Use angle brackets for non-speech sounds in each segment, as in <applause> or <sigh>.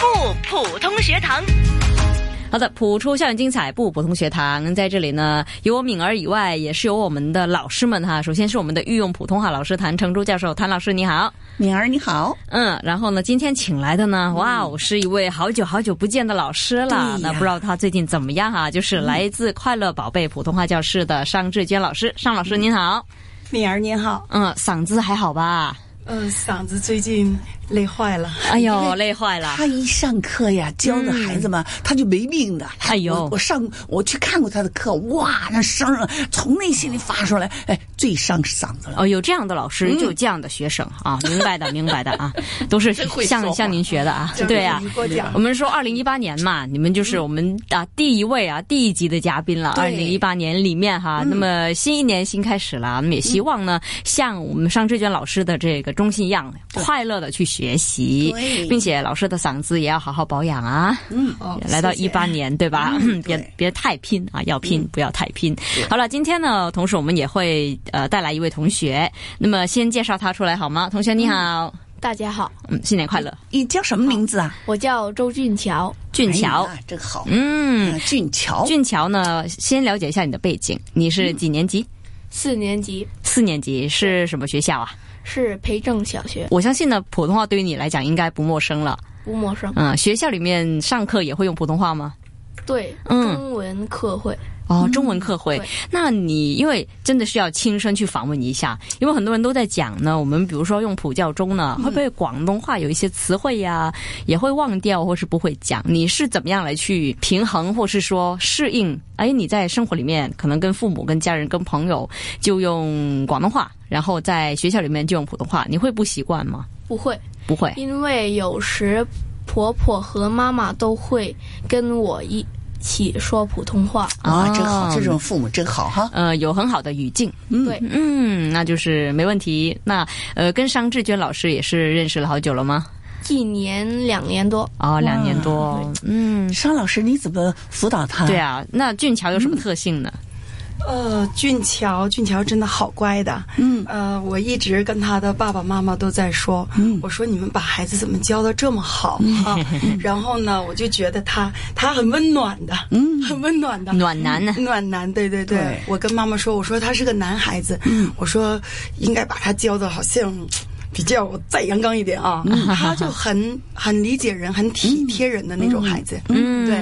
普通学堂。好的，普出校园精彩不普通学堂嗯在这里呢，有我敏儿以外，也是有我们的老师们哈。首先是我们的御用普通话老师谭成珠教授，谭老师你好，敏儿你好，嗯，然后呢，今天请来的呢，哇哦，是一位好久好久不见的老师了。对呀那不知道他最近怎么样啊？就是来自快乐宝贝普通话教室的尚志娟老师，尚老师您好，敏儿您好，嗯，嗓子还好吧？嗯、嗓子最近累坏了，哎呦， <laughs> 累坏了。他一上课呀，教的孩子们、他就没命的。嗯哎呦我我上我去看过他的课，哇，那声儿啊从内心里发出来，哎，最伤嗓子了。哦，有这样的老师，就有这样的学生、啊，明白的，明白的啊，都是嗯真会说向话向您学的啊，对啊你。给我讲我们说二零一八年嘛，你们嗯就是我们啊第一位啊第一级的嘉宾了。二零一八年里面哈，嗯那么新一年新开始了，我们也希望呢，像我们尚志娟老师的这个中心一样，快乐的去学习对，并且老师的嗓子也要好好保养啊。嗯，哦来到谢一谢八年，对吧？嗯别对别太拼啊，要拼不要太拼。好了，今天呢，同时我们也会呃带来一位同学，那么先介绍他出来好吗？同学你好，大家好，嗯，新年快乐，你叫什么名字啊？我叫周俊乔，俊乔哎，呀，这个好。嗯啊，，俊乔，俊乔呢，先了解一下你的背景，你是几年级？四年级，四年级是什么学校啊？是培正小学我相信呢，普通话对于你来讲应该不陌生了。吴默生。嗯，学校里面上课也会用普通话吗？对，嗯中文课会哦，中文课会。对那你因为真的是要亲身去访问一下，因为很多人都在讲呢，我们比如说用普教中呢，会不会广东话有一些词汇呀、也会忘掉或是不会讲？你是怎么样来去平衡，或是说适应？哎，你在生活里面可能跟父母、跟家人、跟朋友就用广东话，然后在学校里面就用普通话，你会不习惯吗？不会，不会。因为有时婆婆和妈妈都会跟我一起说普通话。啊，真好哦，这种父母真好哈。呃，有很好的语境，对，嗯，那就是没问题。那呃，跟商志娟老师也是认识了好久了吗？一年两年多，哦，两年多，嗯，商老师，你怎么辅导他？对，啊。那俊乔有什么特性呢？呃，俊乔，俊乔真的好乖的。嗯，呃，我一直跟他的爸爸妈妈都在说，嗯我说你们把孩子怎么教的这么好啊？然后呢，我就觉得他他很温暖的，嗯，很温暖的。暖男啊呢？ <laughs> 暖男，对对对，对我跟妈妈说，我说他是个男孩子，嗯我说应该把他教的好像比较再阳刚一点啊，嗯 <laughs> 他就很很理解人，很体贴人的那种孩子，嗯对，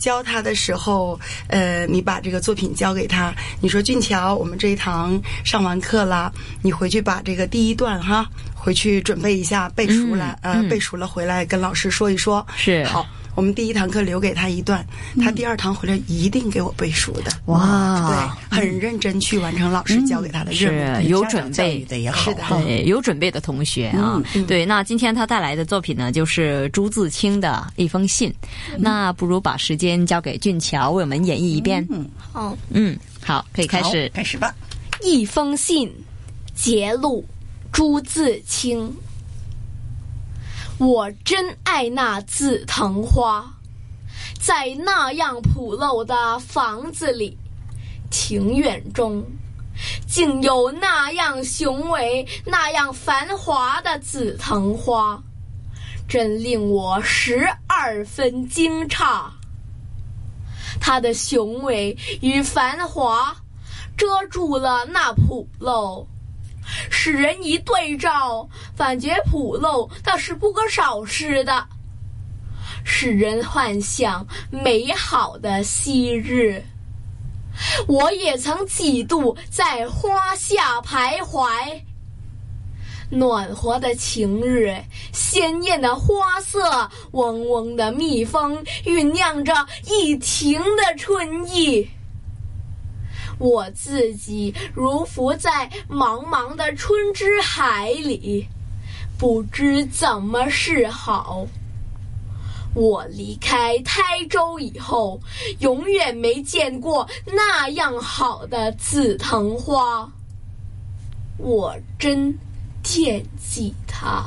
教他的时候，呃，你把这个作品交给他，你说俊乔，我们这一堂上完课啦，你回去把这个第一段哈。回去准备一下，背熟了，嗯嗯呃，背熟了回来跟老师说一说。是好，我们第一堂课留给他一段，嗯他第二堂回来一定给我背熟的。哇，对，很认真去完成老师交给他的任务。嗯是有准家长教育备的也好是的哈。对，有准备的同学啊，对。那今天他带来的作品呢，就是朱自清的一封信。那不如把时间交给俊乔，为我们演绎一遍。嗯嗯，好，可以开始好。开始吧。一封信，节录，朱自清。我真爱那紫藤花，在那样朴陋的房子里，庭院中，竟有那样雄伟、那样繁华的紫藤花，真令我十二分惊诧。它的雄伟与繁华遮住了那朴陋，使人一对照，感觉朴陋那是不可少视的，使人幻想美好的昔日。我也曾几度在花下徘徊，暖和的晴日，鲜艳的花色，嗡嗡的蜜蜂酝酿着一庭的春意。我自己如浮在茫茫的春之海里，不知怎么是好。我离开台州以后，永远没见过那样好的紫藤花，我真惦记它。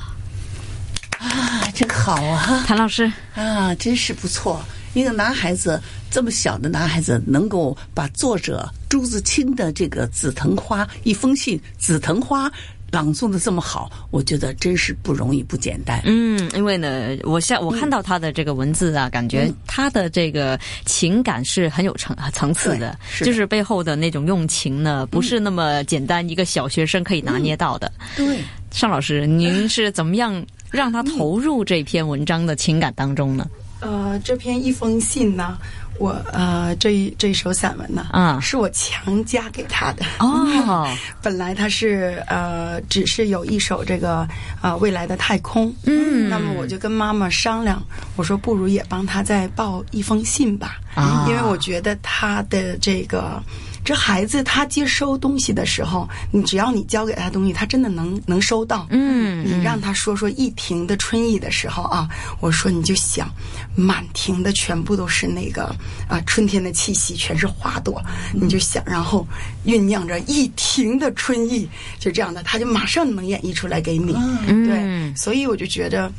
啊，真好啊！谭老师，啊，真是不错。一个男孩子这么小的男孩子，能够把作者朱自清的这个《紫藤花》一封信，《紫藤花》朗诵的这么好，我觉得真是不容易，不简单。嗯，因为呢，我下我看到他的这个文字啊，感觉他的这个情感是很有层层次的，对是的就是背后的那种用情呢，不是那么简单一个小学生可以拿捏到的。对，尚老师，您是怎么样让他投入这篇文章的情感当中呢？呃，这篇一封信呢，我呃这一这一首散文呢，啊是我强加给他的。哦，本来他是呃，只是有一首这个呃未来的太空，嗯那么我就跟妈妈商量，我说不如也帮他再报一封信吧，啊因为我觉得他的这个这孩子他接收东西的时候，你只要你教给他东西，他真的能能收到，嗯你让他说说一庭的春意的时候啊，我说你就想，满庭的全部都是那个啊春天的气息，全是花朵，嗯你就想，然后酝酿着一庭的春意，就这样的，他就马上能演绎出来给你。嗯对，所以我就觉得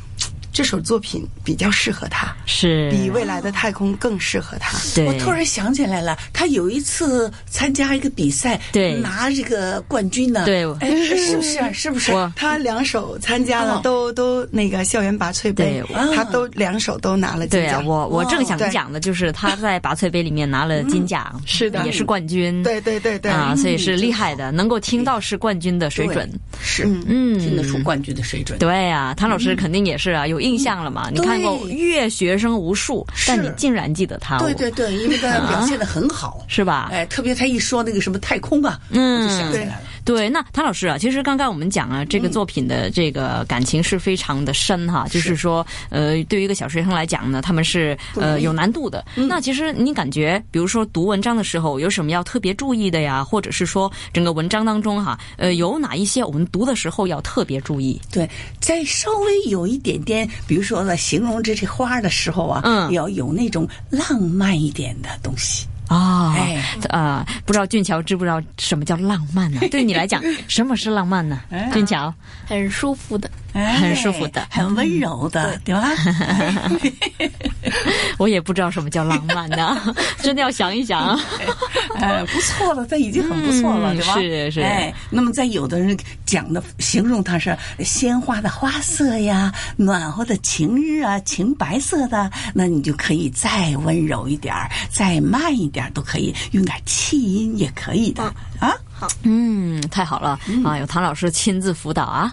这首作品比较适合他，是，比未来的太空更适合他。对，我突然想起来了，他有一次参加一个比赛，对拿这个冠军呢。对 <laughs> 哎，是不是啊？是不是？我他两手参加了哦，都都那个校园拔萃杯对，啊他都两手都拿了金对啊，奖。我我正想对讲的就是他在拔萃杯里面拿了金奖，是的也是冠军，对对对对啊，嗯所以是厉害的，能够听到是冠军的水准。是，嗯听得出冠军的水准。对啊，谭老师肯定也是啊，有印象了嘛？你看过对阅学生无数，但是你竟然记得他，对我对对，因为他啊表现的很好。是吧？哎，特别他一说那个什么太空啊，啊嗯我就想起来了。对，那谭老师啊，其实刚刚我们讲啊，这个作品的这个感情是非常的深哈，就是说，呃，对于一个小学生来讲呢，他们是呃有难度的。那其实你感觉，比如说读文章的时候，有什么要特别注意的呀？或者是说，整个文章当中哈，呃，有哪一些我们读的时候要特别注意？对，在稍微有一点点，比如说呢，形容这些花儿的时候啊，嗯也要有那种浪漫一点的东西。啊，哎呃，不知道俊乔知不知道什么叫浪漫呢、 <laughs> 对你来讲，什么是浪漫呢、俊乔，很舒服的。哎很舒服的嗯很温柔的，<laughs> 对吧？我也不知道什么叫浪漫呢、 <laughs> 真的要想一想啊。哎，不错了，他已经很不错了，嗯对吧？是是哎，那么在有的人讲的形容它是鲜花的花色呀，暖和的晴日啊，晴白色的，那你就可以再温柔一点儿，再慢一点儿都可以，用点气音也可以的、啊。嗯，太好了、啊！有唐老师亲自辅导啊，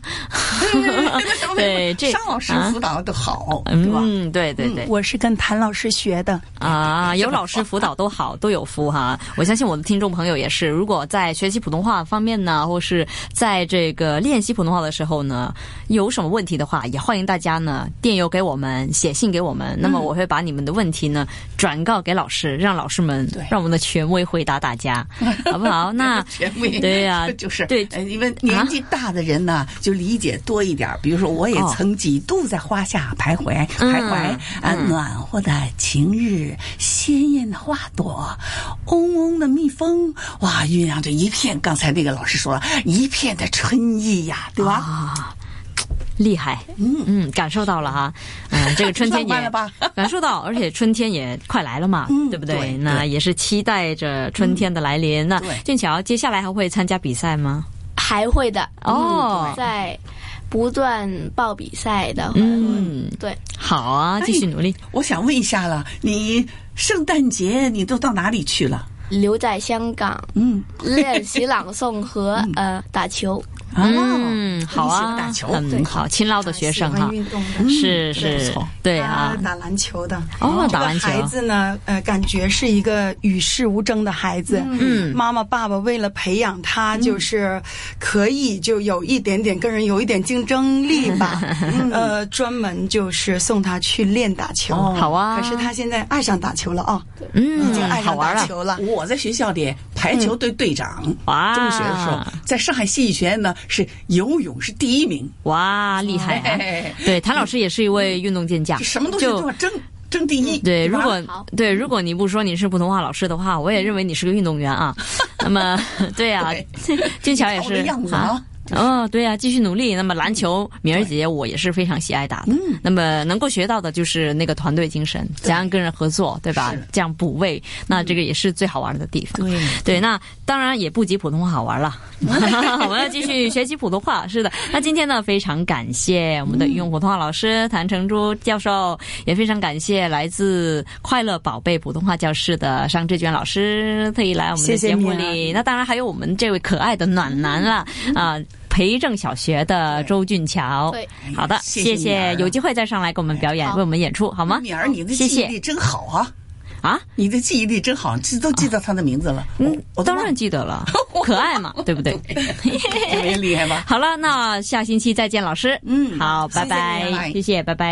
<laughs> <laughs> 对这商老师啊辅导的都好，对吧？嗯，对对对，我是跟谭老师学的，啊，有老师辅导都好，都有福哈。我相信我的听众朋友也是，如果在学习普通话方面呢，或是在这个练习普通话的时候呢，有什么问题的话，也欢迎大家呢电邮给我们，写信给我们。那么我会把你们的问题呢转告给老师，让老师们对让我们的权威回答大家，好不好？那全部也对呀 <laughs> 就是对呃因为年纪大的人呢，就理解多一点儿。比如说，我也哦曾几度在花下徘徊，嗯徘徊啊，暖和的晴日，鲜艳的花朵，嗡嗡的蜜蜂，哇，酝酿着一片。刚才那个老师说了一片的春意呀，对吧？啊，厉害，嗯嗯，感受到了哈，嗯、 <laughs> 这个春天浪漫也了吧 <laughs> 感受到，而且春天也快来了嘛，嗯对不对？对那对嗯也是期待着春天的来临。那对俊乔接下来还会参加比赛吗？还会的哦嗯在不断报比赛的，嗯，对，好哎啊，继续努力。我想问一下了，你圣诞节你都到哪里去了？留在香港嗯练习朗诵和呃打球。啊，嗯，好你喜欢啊，打球，很好，勤劳的学生喜哈欢，运动的。嗯是对是不错，对啊他，打篮球的。哦，这打个篮球，孩子呢，呃，感觉是一个与世无争的孩子。嗯妈妈、爸爸为了培养他，就是可以就有一点点跟人有一点竞争力 <laughs> 吧。呃，专门就是送他去练打球。哦好啊，可是他现在爱上打球了啊，已经嗯，爱好上玩打了，球了。我在学校里排球队队长，哇中学的时啊候在上海戏剧学院呢是游泳是第一名，哇，厉害啊！哎对，谭老师也是一位运动健将，就什么东西就嗯都要争争第一。对，如吧果好对嗯如果你不说你是普通话老师的话，我也认为你是个运动员啊。那么，对啊 <laughs> <laughs> 对，俊乔也你看我是的样子啊啊，哦，对呀、继续努力。那么篮球，敏儿姐姐我也是非常喜爱打的。嗯，那么能够学到的就是那个团队精神，怎样跟人合作，对吧？这样补位，那这个也是最好玩的地方。对对，那当然也不及普通话好玩了，我们要继续学习普通话。是的，那今天呢，非常感谢我们的御用普通话老师谭成珠教授，也非常感谢来自快乐宝贝普通话教室的商志娟老师特意来我们的谢谢节目啊敏儿里。那当然还有我们这位可爱的暖男了嗯啊。培正小学的周俊乔，对好的，谢谢谢敏儿啊有机会再上来给我们表演，好为我们演出好吗？敏儿，你的谢记忆谢力真好啊！啊，你的记忆力真好，记都记得他的名字了。嗯我，当然记得 <laughs> 了，可爱嘛，对不对？ <laughs> 特别厉害吧？好了，那下星期再见，老师。嗯好，拜谢谢你拜，啊拜谢谢，拜拜。